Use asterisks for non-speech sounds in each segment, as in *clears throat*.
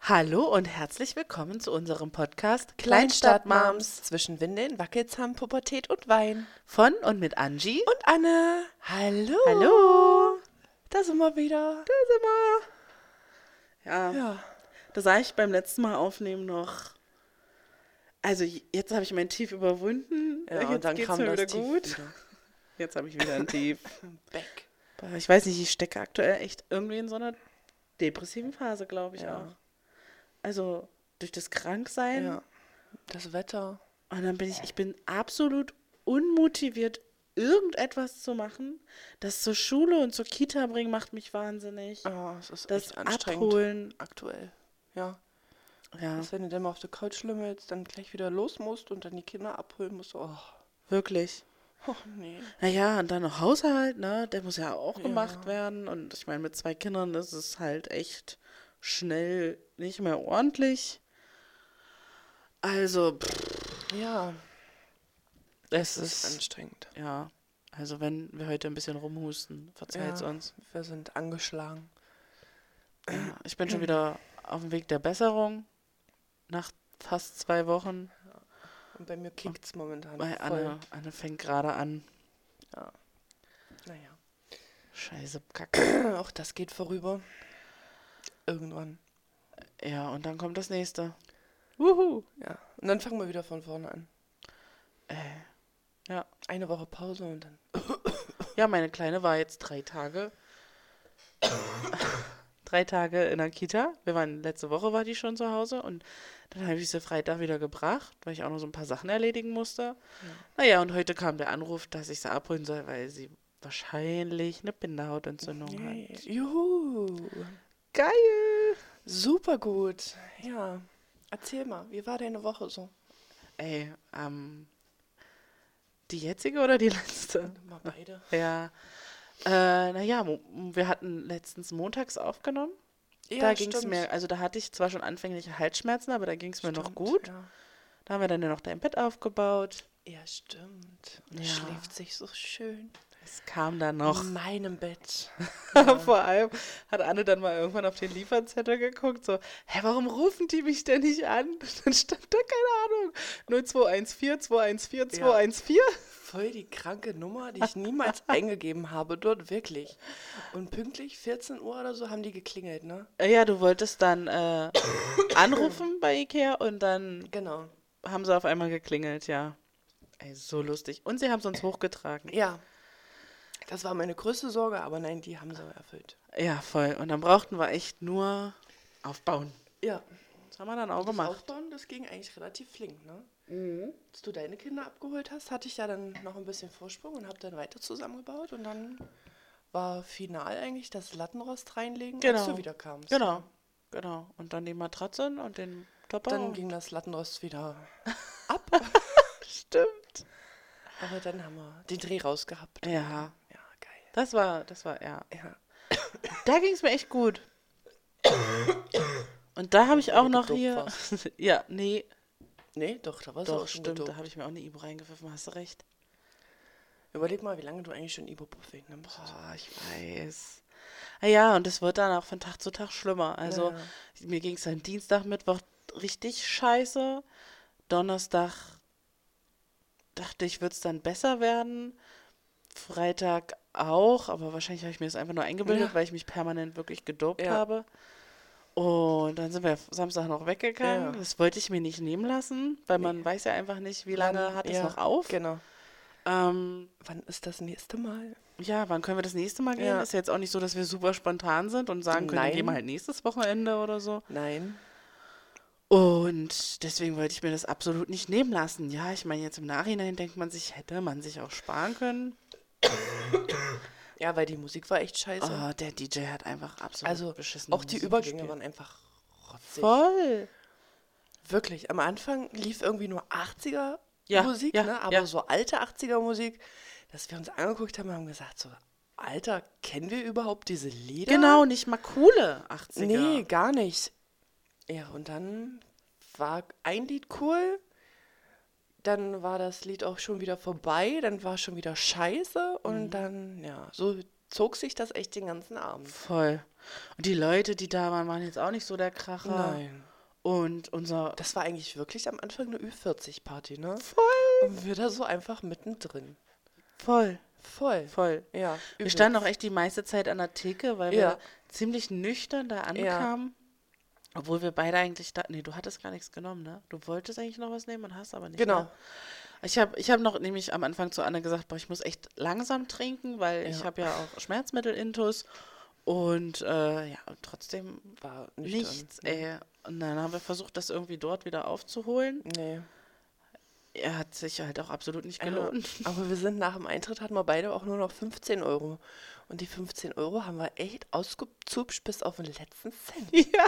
Hallo und herzlich willkommen zu unserem Podcast Kleinstadtmoms zwischen Windeln, Wackelzahn, Pubertät und Wein. von und mit Angie. Und Anne. Hallo. Hallo. Da sind wir wieder. Ja, Ja. da sah ich beim letzten Mal aufnehmen noch. Also j- jetzt habe ich mein Tief überwunden. Ja, jetzt und dann geht's kam mir das wieder Tief gut. wieder. Jetzt habe ich wieder ein *laughs* Tief. Back. Boah, Ich weiß nicht, ich stecke aktuell echt irgendwie in so einer depressiven Phase, glaube ich Ja. auch. Also durch das Kranksein. Ja. Das Wetter. Und dann bin ich, ich bin absolut unmotiviert, irgendetwas zu machen. Das zur Schule und zur Kita bringen macht mich wahnsinnig. Ja, Ah, es ist Das echt anstrengend. Abholen. Aktuell. Ja. Ja, Dass, wenn du dann mal auf der Couch lümmelst, dann gleich wieder los musst und dann die Kinder abholen musst. Oh, wirklich. oh nee. Naja, und dann noch Haushalt, ne? Der muss ja auch Ja. gemacht werden. Und ich meine, mit zwei Kindern ist es halt echt schnell nicht mehr ordentlich. Also, pff, Ja. es Das ist ist, anstrengend. ja. Also, wenn wir heute ein bisschen rumhusten, verzeiht Ja, uns. Wir sind angeschlagen. Ja, ich bin schon wieder auf dem Weg der Besserung. Nach fast zwei Wochen. Und bei mir kickt es momentan. Bei Anne, Anne fängt gerade an. Ja. Naja. Scheiße, Kacke. Auch das geht vorüber. Irgendwann. Ja, und dann kommt das nächste. Wuhu. Ja. Und dann fangen wir wieder von vorne an. Äh, Ja. Eine Woche Pause und dann. Ja, meine Kleine war jetzt drei Tage. *coughs* drei Tage in der Kita. Wir waren, letzte Woche war die schon zu Hause und dann habe ich sie Freitag wieder gebracht, weil ich auch noch so ein paar Sachen erledigen musste. Naja, und heute kam der Anruf, dass ich sie abholen soll, weil sie wahrscheinlich eine Bindehautentzündung hat. Oh Juhu. Geil! Super gut. Ja. Erzähl mal, wie war deine Woche so? Ey, ähm, die jetzige oder die letzte? Mal beide. Ja. Äh, naja, wir hatten letztens montags aufgenommen. Ja, da ging es stimmt. mir, also da hatte ich zwar schon anfängliche Halsschmerzen, aber da ging es mir noch Stimmt, gut. Ja, Da haben wir dann ja noch dein Bett aufgebaut. ja stimmt. Ja. Ja. Schläft sich so schön. Es kam dann *laughs* noch. In meinem Bett. Vor allem hat Anne dann mal irgendwann auf den Lieferzettel geguckt, so, hä, warum rufen die mich denn nicht an? *laughs* Und dann stand da, keine Ahnung, 0214, 214, Ja. 214. Voll die kranke Nummer, die ich *laughs* niemals eingegeben habe, dort wirklich. Und pünktlich 14 Uhr oder so haben die geklingelt, ne? Äh, Ja, du wolltest dann äh, anrufen bei Ikea und dann Genau. haben sie auf einmal geklingelt, ja. Ey, so lustig. Und sie haben es uns hochgetragen. Ja. Das war meine größte Sorge, aber nein, die haben sie erfüllt. Ja, voll. Und dann brauchten wir echt nur aufbauen. Ja. Das haben wir dann auch Das gemacht. Aufbauen, das ging eigentlich relativ flink, ne? Mhm. Als du deine Kinder abgeholt hast, hatte ich ja dann noch ein bisschen Vorsprung und habe dann weiter zusammengebaut und dann war final eigentlich das Lattenrost reinlegen, als Genau. du wieder kamst. Genau, genau. Und dann die Matratzen und den Topper. Dann und- ging das Lattenrost wieder ab, Stimmt. aber dann haben wir den Dreh rausgehabt. Ja, Ja, geil. das war, das war, ja. Ja. Da ging es mir echt gut. Und da habe ich auch noch gedopt hier. *laughs* ja, nee, Nee, doch, da war es doch, auch schon stimmt. Da gedopt. habe ich mir auch eine Ibu reingepfiffen, hast du recht. Überleg mal, wie lange du eigentlich schon Ibuprofen nimmst. Boah, Ah, ich weiß. Ah Ja, und es wird dann auch von Tag zu Tag schlimmer. Also Ja. mir ging es dann Dienstag, Mittwoch richtig scheiße. Donnerstag dachte ich, wird es dann besser werden. Freitag auch, aber wahrscheinlich habe ich mir das einfach nur eingebildet, Ja. weil ich mich permanent wirklich gedopt Ja. habe. Und dann sind wir Samstag noch weggegangen. Ja. Das wollte ich mir nicht nehmen lassen, weil man weiß ja einfach nicht, wie lange hat es Ja, noch auf. Genau. Ähm, Wann ist das nächste Mal? ja, wann können wir das nächste Mal gehen? Ja. Ist ja jetzt auch nicht so, dass wir super spontan sind und sagen können, Nein. gehen wir halt nächstes Wochenende oder so. Nein. Und deswegen wollte ich mir das absolut nicht nehmen lassen. Ja, ich meine, jetzt im Nachhinein denkt man sich, hätte man sich auch sparen können. Ja, weil die Musik war echt scheiße. Oh, der DJ hat einfach absolut also beschissen. auch die Übergänge waren einfach rotzig. voll. Wirklich, am Anfang lief irgendwie nur 80er Ja, Musik, ja, ne? aber ja. so alte 80er Musik, dass wir uns angeguckt haben und haben gesagt, so, Alter, kennen wir überhaupt diese Lieder? Genau, nicht mal coole 80er. Nee, gar nicht. Ja, und dann war ein Lied cool, dann war das Lied auch schon wieder vorbei, dann war Mhm. schon wieder scheiße und dann, ja, so zog sich das echt den ganzen Abend. Voll. Und die Leute, die da waren, waren jetzt auch nicht so der Kracher. Nein. Und unser. Das war eigentlich wirklich am Anfang eine Ü40-Party, ne? Voll. Und wir da so einfach mittendrin. Voll. Voll. Voll. Ja. Wir standen auch echt die meiste Zeit an der Theke, weil wir Ja. ziemlich nüchtern da ankamen. Obwohl wir beide eigentlich da. Nee, du hattest gar nichts genommen, ne? Du wolltest eigentlich noch was nehmen und hast aber nicht. Genau. Ne? Ich habe ich hab noch nämlich am Anfang zu Anne gesagt, boah, ich muss echt langsam trinken, weil ich Ja. habe ja auch Schmerzmittel-Intus. Und äh, ja, und trotzdem War nüchtern. nichts, ey. Und dann haben wir versucht, das irgendwie dort wieder aufzuholen. Nee. Er hat sich halt auch absolut nicht Ja, gelohnt. *laughs* aber wir sind nach dem Eintritt hatten wir beide auch nur noch 15 Euro. Und die 15 Euro haben wir echt ausgezupscht bis auf den letzten Cent. Ja,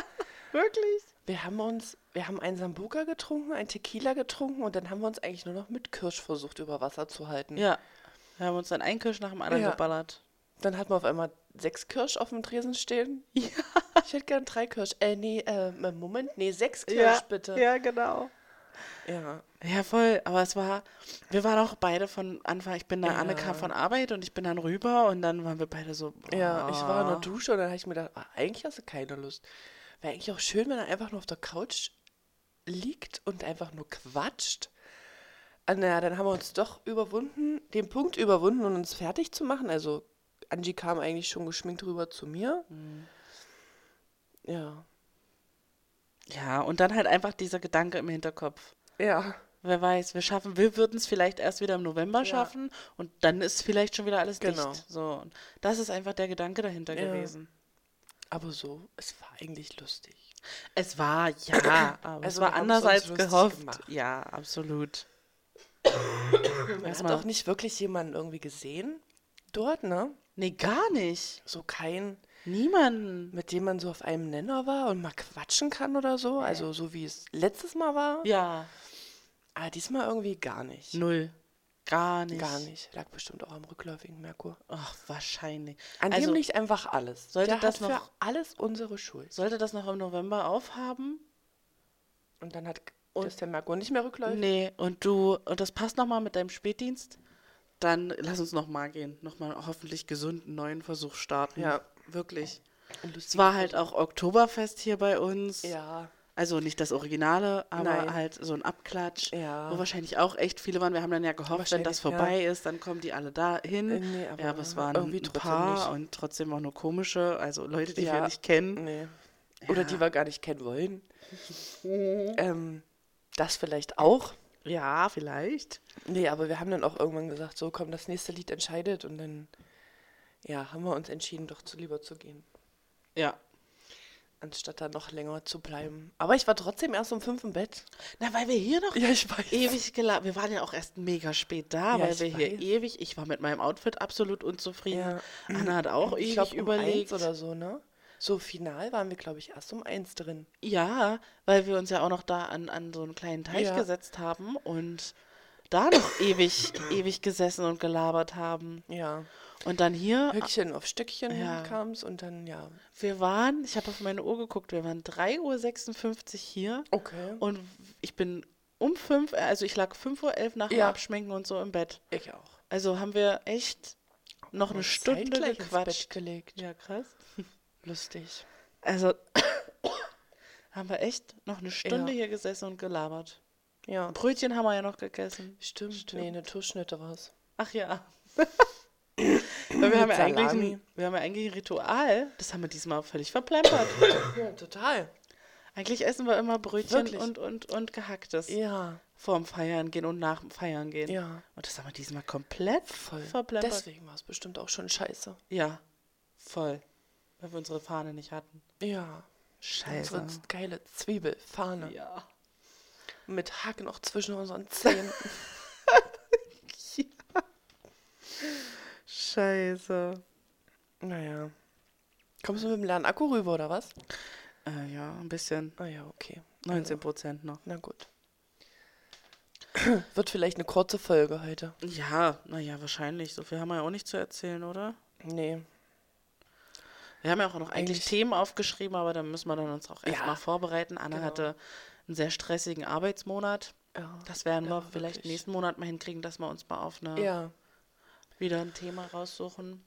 wirklich. Wir haben uns, wir haben einen Sambuca getrunken, einen Tequila getrunken und dann haben wir uns eigentlich nur noch mit Kirsch versucht, über Wasser zu halten. Ja. Wir haben uns dann einen Kirsch nach dem anderen Ja. geballert. Dann hatten wir auf einmal sechs Kirsch auf dem Tresen stehen. *laughs* Ja. Ich hätte gern drei Kirsch. Äh, nee, äh, Moment, nee, sechs Kirsch bitte. Ja, genau. ja. Ja, voll. Aber es war, wir waren auch beide von Anfang, ich bin dann, Anne Ja. kam von Arbeit und ich bin dann rüber und dann waren wir beide so. Ja, ich war in der boah. Dusche und dann habe ich mir gedacht, ah, eigentlich hast du keine Lust. Wäre eigentlich auch schön, wenn er einfach nur auf der Couch liegt und einfach nur quatscht. Ah, Naja, dann haben wir uns doch überwunden, den Punkt überwunden und uns fertig zu machen. Also Angie kam eigentlich schon geschminkt rüber zu mir. Mhm. Ja. Ja, und dann halt einfach dieser Gedanke im Hinterkopf. Ja. Wer weiß, wir schaffen, wir würden es vielleicht erst wieder im November Ja. schaffen und dann ist vielleicht schon wieder alles Genau. dicht. So, und das ist einfach der Gedanke dahinter Ja. gewesen. Aber so, es war eigentlich lustig. Es war, ja, *coughs* aber es Also war wir haben's anders uns als lustig gehofft. gemacht. Ja, absolut. Man hat Erstmal- auch nicht wirklich jemanden irgendwie gesehen dort, ne? Nee, gar nicht. So kein, Niemanden. mit dem man so auf einem Nenner war und mal quatschen kann oder so. Also so wie es letztes Mal war. Ja, Aber diesmal irgendwie gar nicht. null. Gar nicht. Gar nicht. Lag bestimmt auch am rückläufigen Merkur. Ach, wahrscheinlich. An also, dem liegt einfach alles. sollte Der das hat für noch- alles unsere Schuld. sollte das noch im November aufhaben? Und dann hat Und- ist der Merkur nicht mehr rückläufig. Nee, und du, und das passt nochmal mit deinem Spätdienst? Dann lass uns nochmal gehen. Nochmal hoffentlich gesunden neuen Versuch starten. Ja. Wirklich. Und Es lustig- war halt auch Oktoberfest hier bei uns. Ja. Also nicht das Originale, aber Nein. halt so ein Abklatsch, Ja. wo wahrscheinlich auch echt viele waren. Wir haben dann ja gehofft, wenn das Wahrscheinlich, ja. vorbei ist, dann kommen die alle da hin. Äh, nee, aber ja, aber es waren irgendwie ein trotzdem paar nicht. und trotzdem auch nur komische, also Leute, die wir Ja. nicht kennen. Nee. Oder die wir gar nicht kennen wollen. *laughs* ähm, das vielleicht auch. Ja, vielleicht. Nee, aber wir haben dann auch irgendwann gesagt, so komm, das nächste Lied entscheidet und dann ja, haben wir uns entschieden, doch zu lieber zu gehen, Ja. anstatt da noch länger zu bleiben. Aber ich war trotzdem erst um fünf im Bett. *laughs* Na, weil wir hier noch Ja, ich weiß. ewig geladen. Wir waren ja auch erst mega spät da, Ja, weil ich wir hier weiß. ewig. Ich war mit meinem Outfit absolut unzufrieden. Ja. Anna hat auch ewig ich glaube um überlegt. eins oder so, ne? So final waren wir, glaube ich, erst um eins drin. Ja, weil wir uns ja auch noch da an, an so einen kleinen Teich Ja. gesetzt haben und da *coughs* noch ewig, ewig gesessen und gelabert haben. Ja. Und dann hier, Höckchen auf Stückchen Ja. kam es und dann, ja. wir waren, ich habe auf meine Uhr geguckt, wir waren 3.56 Uhr hier Okay. und ich bin um 5, also ich lag 5.11 Uhr nach dem Ja. Abschminken und so im Bett. Ich auch. Also haben wir echt noch eine Stunde Zeitgleich ins Bett gequatscht. gelegt. Ja, krass. Lustig. Also *coughs* haben wir echt noch eine Stunde hier gesessen und gelabert. Ja. Brötchen haben wir ja noch gegessen. Stimmt. Nee, eine Tuschschnitte war es. Ach ja. *coughs* Weil wir, haben ja eigentlich Salami. ein, wir haben ja eigentlich ein Ritual, das haben wir diesmal völlig *coughs* verplempert. Ja, total. eigentlich essen wir immer Brötchen Wirklich? und, und, und Gehacktes Ja. vorm Feiern gehen und nach dem Feiern gehen. Ja. Und das haben wir diesmal komplett Voll. verplempert. Deswegen war es bestimmt auch schon scheiße. Ja, voll. Weil wir unsere Fahne nicht hatten. Ja. Scheiße. Unsere geile Zwiebelfahne. Ja. Mit Hack noch zwischen unseren Zähnen. Scheiße. *laughs* naja. Kommst du mit dem leeren Akku rüber, oder was? Äh, ja, ein bisschen. Ah ja, okay. 19 Prozent noch. Na gut. *clears throat* Wird vielleicht eine kurze Folge heute. Ja, naja, wahrscheinlich. So viel haben wir ja auch nicht zu erzählen, oder? Nee. Wir haben ja auch noch eigentlich Eigentlich- Themen aufgeschrieben, aber da müssen wir dann uns auch erstmal Ja. vorbereiten. Anna Genau. hatte einen sehr stressigen Arbeitsmonat. Ja. Das werden wir Ja, vielleicht wirklich. nächsten Monat mal hinkriegen, dass wir uns mal auf eine Ja. wieder ein Thema raussuchen.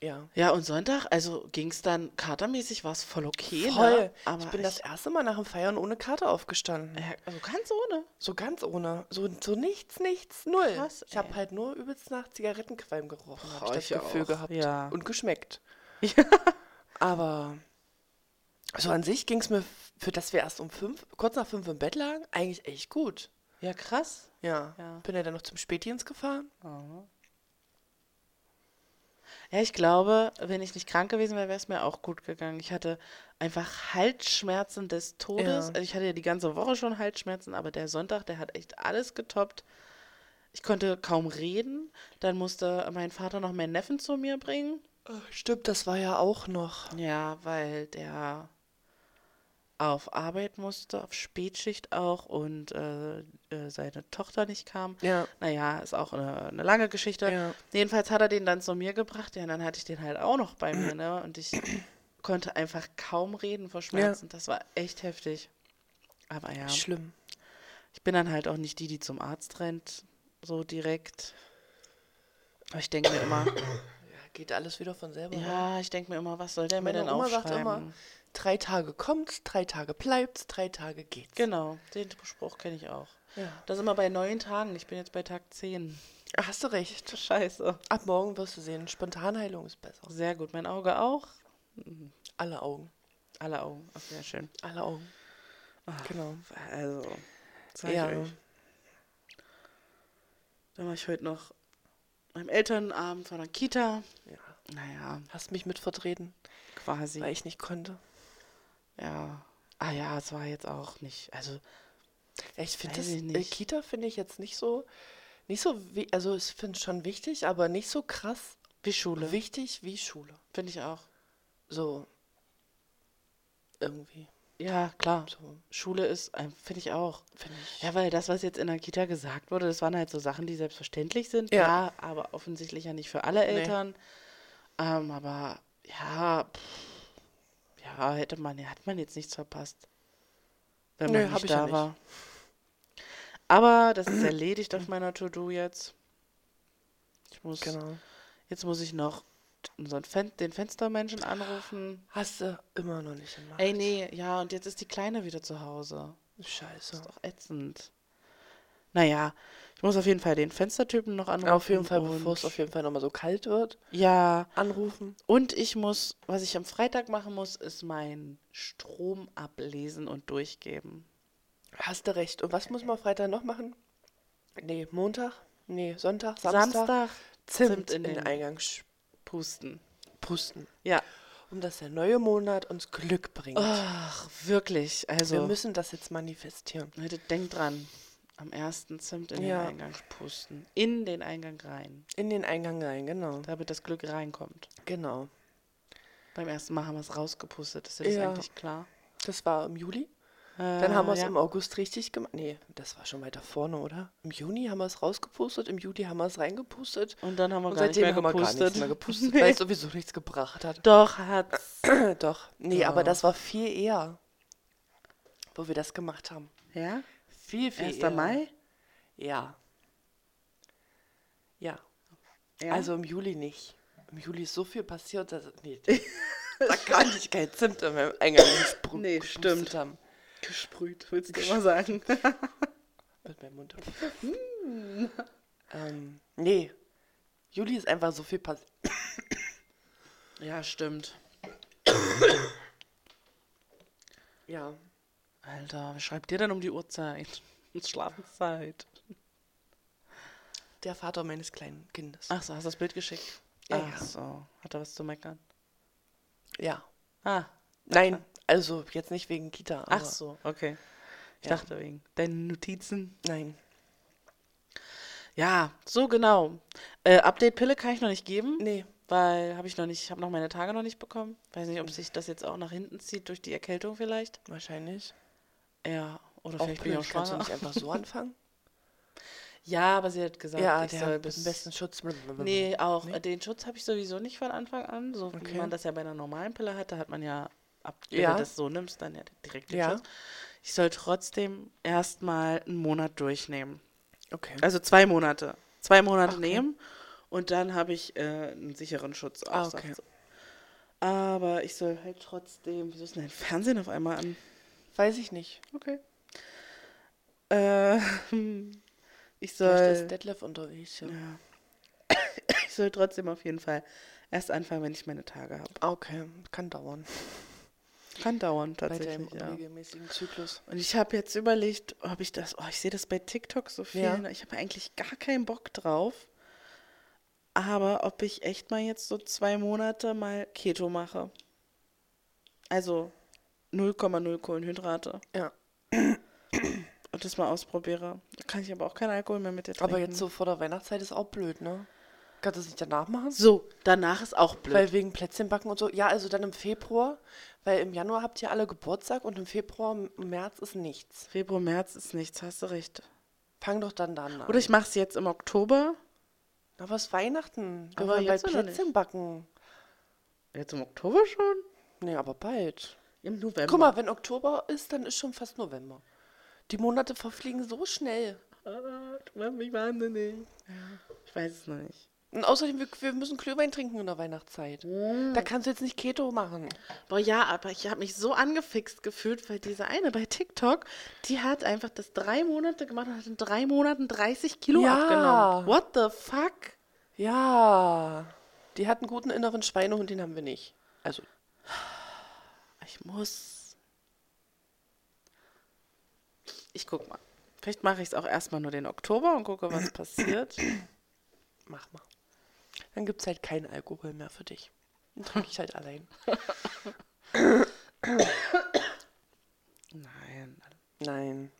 Ja. Ja, und Sonntag, also ging es dann katermäßig, war es voll okay. Voll. Ne? Aber ich bin das erste Mal nach dem Feiern ohne Karte aufgestanden. ja, also ganz ohne. So ganz ohne. So, so nichts, nichts, null. Krass, ich habe ey. halt nur übelst nach Zigarettenqualm gerochen, habe Boah, ich ich das Gefühl auch. gehabt. Ja. *laughs* Und geschmeckt. Aber so an sich ging es mir, für das wir erst um fünf, kurz nach fünf im Bett lagen, eigentlich echt gut. Ja, krass. Ja. Ja. Bin ja dann noch zum Spätdienst gefahren. Ja, ich glaube, wenn ich nicht krank gewesen wäre, wäre es mir auch gut gegangen. Ich hatte einfach Halsschmerzen des Todes. Ja. Also ich hatte ja die ganze Woche schon Halsschmerzen, aber der Sonntag, der hat echt alles getoppt. Ich konnte kaum reden. Dann musste mein Vater noch meinen Neffen zu mir bringen. Stimmt, das war ja auch noch. Ja, weil der auf Arbeit musste, auf Spätschicht auch und äh, äh, seine Tochter nicht kam. Ja. Naja, ist auch eine, eine lange Geschichte. Ja. Jedenfalls hat er den dann zu mir gebracht. Ja, und dann hatte ich den halt auch noch bei mir, ne? Und ich konnte einfach kaum reden vor Schmerzen. Das war echt heftig. Aber ja, Schlimm. ich bin dann halt auch nicht die, die zum Arzt rennt, so direkt. Aber ich denke mir *coughs* immer, Ja, geht alles wieder von selber. ne? ja, ich denke mir immer, was soll der mir Meine denn Oma sagt aufschreiben? immer, drei Tage kommt's, drei Tage bleibt's, drei Tage geht's. Genau, den Spruch kenne ich auch. Ja. Da sind wir bei neun Tagen. Ich bin jetzt bei Tag zehn. Hast du recht. Scheiße. Ab morgen wirst du sehen, Spontanheilung ist besser. Sehr gut. Mein Auge auch. Alle Augen. Alle Augen. Ach, sehr schön. Alle Augen. Genau. Also, sag Ja. ich euch. Dann war ich heute noch beim Elternabend von der Kita. Ja. Naja, Hast mich mit vertreten, quasi. weil ich nicht konnte. Ja. Ah ja, es war jetzt auch nicht. Also, Ja, Ich finde Weiß das, ich äh, nicht. Kita finde ich jetzt nicht so, nicht so, wi- also ich finde es schon wichtig, aber nicht so krass wie Schule. wichtig wie Schule. Finde ich auch. So. Irgendwie. Ja, klar. So, Schule ist, ein- finde ich auch. finde ich. Ja, weil das, was jetzt in der Kita gesagt wurde, das waren halt so Sachen, die selbstverständlich sind. Ja. Ja, aber offensichtlich ja nicht für alle Eltern. Ähm, aber ja, pff, ja, hätte man, hat man jetzt nichts verpasst. Wenn man Nö, hab nicht ich ja da nicht. war. Aber das ist erledigt auf meiner To-Do jetzt. Ich muss, Genau. Jetzt muss ich noch unseren Fen den Fenstermenschen anrufen. Hast du immer noch nicht gemacht. Ey, nee, ja, und jetzt ist die Kleine wieder zu Hause. Scheiße. Ist doch ätzend. Naja, ich muss auf jeden Fall den Fenstertypen noch anrufen. Auf jeden Fall, und- bevor es auf jeden Fall nochmal so kalt wird, Ja, anrufen. und ich muss, was ich am Freitag machen muss, ist meinen Strom ablesen und durchgeben. Hast du recht. Und was muss man Freitag noch machen? Nee, Montag? Nee, Sonntag, Samstag. Samstag, Zimt, Zimt in in den den- Eingang sch- pusten. pusten. Ja. Um dass der neue Monat uns Glück bringt. Ach, wirklich. Oh. Wir Also, müssen das jetzt manifestieren. Leute, denkt dran. Am ersten Zimt in Ja. den Eingang pusten. In den Eingang rein. In den Eingang rein, genau. Damit das Glück reinkommt. Genau. Beim ersten Mal haben wir es rausgepustet. Ist dir das Ja. eigentlich klar? Das war im Juli. Ah, Dann haben wir es ja. im August richtig gemacht. Nee, das war schon weiter vorne, oder? Im Juni haben wir es rausgepustet, im Juli haben wir es reingepustet. Und dann haben wir Und gar nicht mehr seitdem haben wir gar nichts gepustet. *laughs* mehr *laughs* gepustet, weil es sowieso nichts gebracht hat. Doch, hat's. *clears throat* Doch. Nee, aber das war viel eher, wo wir das gemacht haben. Ja? Viel, viel 1. eher. Mai? Ja. Ja. Ja. Also im Juli nicht. Im Juli ist so viel passiert, dass. Nee, *laughs* da kann ich kein Zimt in meinem Eingang gespr- Nee, gepustet stimmt. haben. gesprüht, willst du immer *laughs* sagen. Mit meinem Mund. Hm. ähm, nee. Juli ist einfach so viel passiert. ja, stimmt. Ja. Alter, was schreibt dir denn um die Uhrzeit? *laughs* Schlafenszeit. Der Vater meines kleinen Kindes. Ach so, hast du das Bild geschickt? Ja, Ach ja. so, hat er was zu meckern? Ja. Ah, Nein, also jetzt nicht wegen Kita. Aber ach so, okay. Ich Ja. dachte wegen deinen Notizen. Nein. Ja, so genau. Äh, Update-Pille kann ich noch nicht geben. Nee. Weil habe ich noch nicht, habe noch meine Tage noch nicht bekommen. Weiß nicht, ob sich das jetzt auch nach hinten zieht durch die Erkältung vielleicht. Wahrscheinlich. Ja, oder Auch vielleicht bin ich auch blöd, kannst du schwanger. nicht *laughs* einfach so anfangen? Ja, aber sie hat gesagt, ja, ich der soll hat bis den besten Schutz. Nee, auch äh, den Schutz habe ich sowieso nicht von Anfang an, so Okay. wie man das ja bei einer normalen Pille hat, da hat man ja ab wenn Ja. du das so nimmst, dann ja direkt den Ja. Schutz. Ich soll trotzdem erstmal einen Monat durchnehmen. Okay. Also zwei Monate. Zwei Monate nehmen Und dann habe ich äh, einen sicheren Schutz. Auch, ah, okay. Aber ich soll halt trotzdem. Wieso ist denn dein Fernsehen auf einmal an? Weiß ich nicht. Okay. Äh, ich soll. Vielleicht ist Detlef unterwegs. Ja. ja. *coughs* Ich soll trotzdem auf jeden Fall erst anfangen, wenn ich meine Tage habe. Okay, kann dauern. Kann dauern, tatsächlich. Bei deinem ja. regelmäßigen Zyklus. Und ich habe jetzt überlegt, ob ich das, oh, ich sehe das bei TikTok so viel. Ja. Ich habe eigentlich gar keinen Bock drauf. Aber ob ich echt mal jetzt so zwei Monate mal Keto mache. Also 0,0 Kohlenhydrate. Ja. Und das mal ausprobiere. Da kann ich aber auch keinen Alkohol mehr mit dir Aber jetzt so vor der Weihnachtszeit ist auch blöd, ne? Kannst du es nicht danach machen? So, danach ist auch blöd. Weil wegen Plätzchenbacken und so. Ja, also dann im Februar, weil im Januar habt ihr alle Geburtstag und im Februar, im März ist nichts. Februar, März ist nichts, hast du recht. Fang doch dann dann an. Oder ich mache es jetzt im Oktober. Na, was Weihnachten? Wir Aber waren bei jetzt oder nicht? Plätzchenbacken. Jetzt im Oktober schon? Nee, aber bald. Im November. Guck mal, wenn Oktober ist, dann ist schon fast November. Die Monate verfliegen so schnell. Ah, du machst mich wahnsinnig. Ich weiß es noch nicht. Und außerdem, wir, wir müssen Glühwein trinken in der Weihnachtszeit. Da kannst du jetzt nicht Keto machen. Boah, ja, aber ich habe mich so angefixt gefühlt, weil diese eine bei TikTok, die hat einfach das drei Monate gemacht und hat in drei Monaten 30 Kilo Ja. abgenommen. What the fuck? Ja. Die hat einen guten inneren Schweinehund, den haben wir nicht. Also, Ich muss. Ich guck mal. Vielleicht mache ich es auch erstmal nur den Oktober und gucke, *coughs* was passiert. mach mal. Dann gibt es halt keinen Alkohol mehr für dich. Dann trinke ich halt allein. Nein. Nein.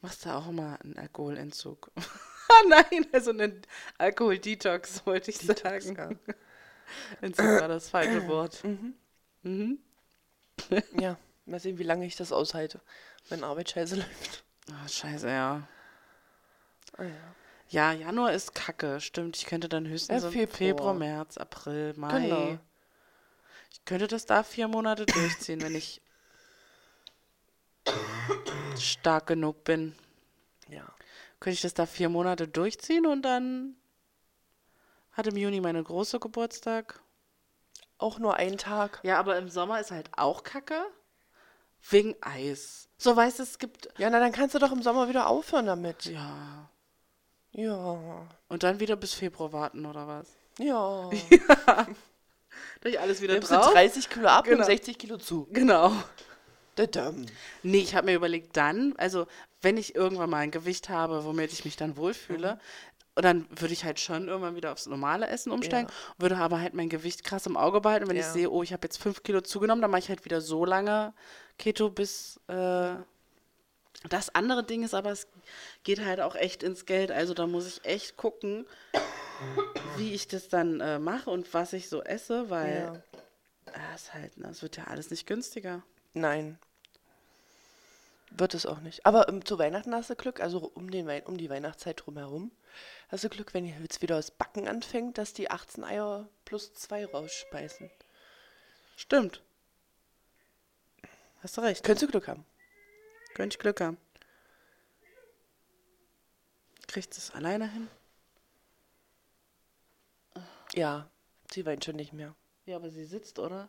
Machst du auch mal einen Alkoholentzug? *laughs* Nein, also einen Alkohol-Detox, wollte ich sagen. ja. Entzug war das falsche Wort. Mhm. Ja, mal sehen, wie lange ich das aushalte, wenn Arbeit scheiße läuft. *clears throat* Ah, scheiße, ja. Ah, ja. Ja, Januar ist kacke, stimmt. Ich könnte dann höchstens Ja, im Februar. Februar, März, April, Mai. Genau. Ich könnte das da vier Monate durchziehen, wenn ich stark genug bin. ja. Könnte ich das da vier Monate durchziehen und dann hat im Juni meine große Geburtstag. Auch nur einen Tag. Ja, aber im Sommer ist halt auch kacke. Wegen Eis. So weißt du, es gibt. Ja, na, dann kannst du doch im Sommer wieder aufhören damit. Ja. Ja. Und dann wieder bis Februar warten, oder was? *laughs* Ja. Durch alles wieder Nimmst du 30 Kilo ab Genau. und 60 Kilo zu. Genau. Dadam. Nee, ich habe mir überlegt, dann, also wenn ich irgendwann mal ein Gewicht habe, womit ich mich dann Mhm. wohlfühle, und dann würde ich halt schon irgendwann wieder aufs normale Essen umsteigen, würde aber halt mein Gewicht krass im Auge behalten. Und wenn ich Ja. sehe, oh, ich habe jetzt fünf Kilo zugenommen, dann mache ich halt wieder so lange Keto, bis äh, das andere Ding ist, aber es geht halt auch echt ins Geld. Also da muss ich echt gucken, wie ich das dann äh, mache und was ich so esse, Ja. weil ah, es halt, ne, es wird ja alles nicht günstiger. Nein. Wird es auch nicht. Aber ähm, zu Weihnachten hast du Glück, also um, den Wei- um die Weihnachtszeit drumherum, hast du Glück, wenn ihr jetzt wieder das Backen anfängt, dass die 18 Eier plus 2 rausspeisen. Stimmt. Hast du recht. Könntest du Glück haben. Könnte ich Glück haben. Kriegt es alleine hin? Ja, sie weint schon nicht mehr. Ja, aber sie sitzt, oder?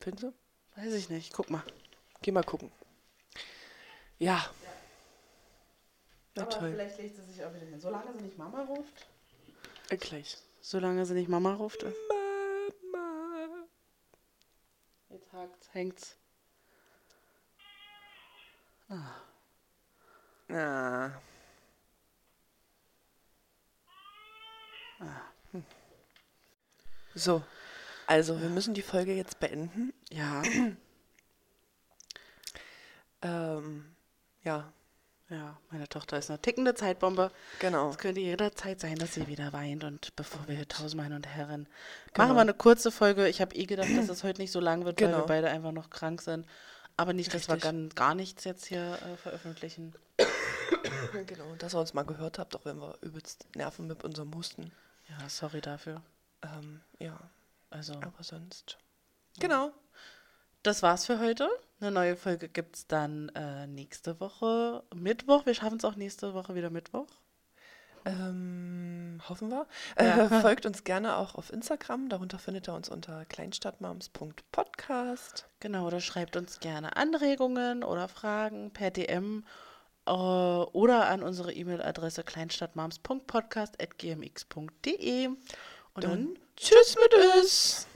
Findest du? Weiß ich nicht. Guck mal. Geh mal gucken. Ja. Na toll. vielleicht legt sie sich auch wieder hin. Solange sie nicht Mama ruft? Äh, Gleich. Solange sie nicht Mama ruft. Mama. Jetzt hakt's, hängt's. Ah. Ah. So, also wir müssen die Folge jetzt beenden. Ja, Ähm, ja, ja. Meine Tochter ist eine tickende Zeitbombe. genau. Es könnte jederzeit sein, dass sie wieder weint. Und bevor wir tausend Meine und Herren, Genau. machen wir eine kurze Folge. Ich habe eh gedacht, dass *clears throat* es heute nicht so lang wird, weil wir Genau. beide einfach noch krank sind. Aber nicht, dass wir gar, Richtig. gar nichts jetzt hier äh, veröffentlichen. genau. Und dass ihr uns mal gehört habt, auch wenn wir übelst nerven mit unserem Husten. Ja, sorry dafür. Ähm, ja, Also, aber sonst. Genau. das war's für heute. Eine neue Folge gibt's dann äh, nächste Woche Mittwoch. Wir schaffen es auch nächste Woche wieder Mittwoch. Ähm, hoffen wir. Äh, *laughs* folgt uns gerne auch auf Instagram. Darunter findet ihr uns unter kleinstadtmoms.podcast. Genau, oder schreibt uns gerne Anregungen oder Fragen per DM äh, oder an unsere E-Mail-Adresse kleinstadtmoms.podcast.gmx.de. Und dann Tschüss mit Ös!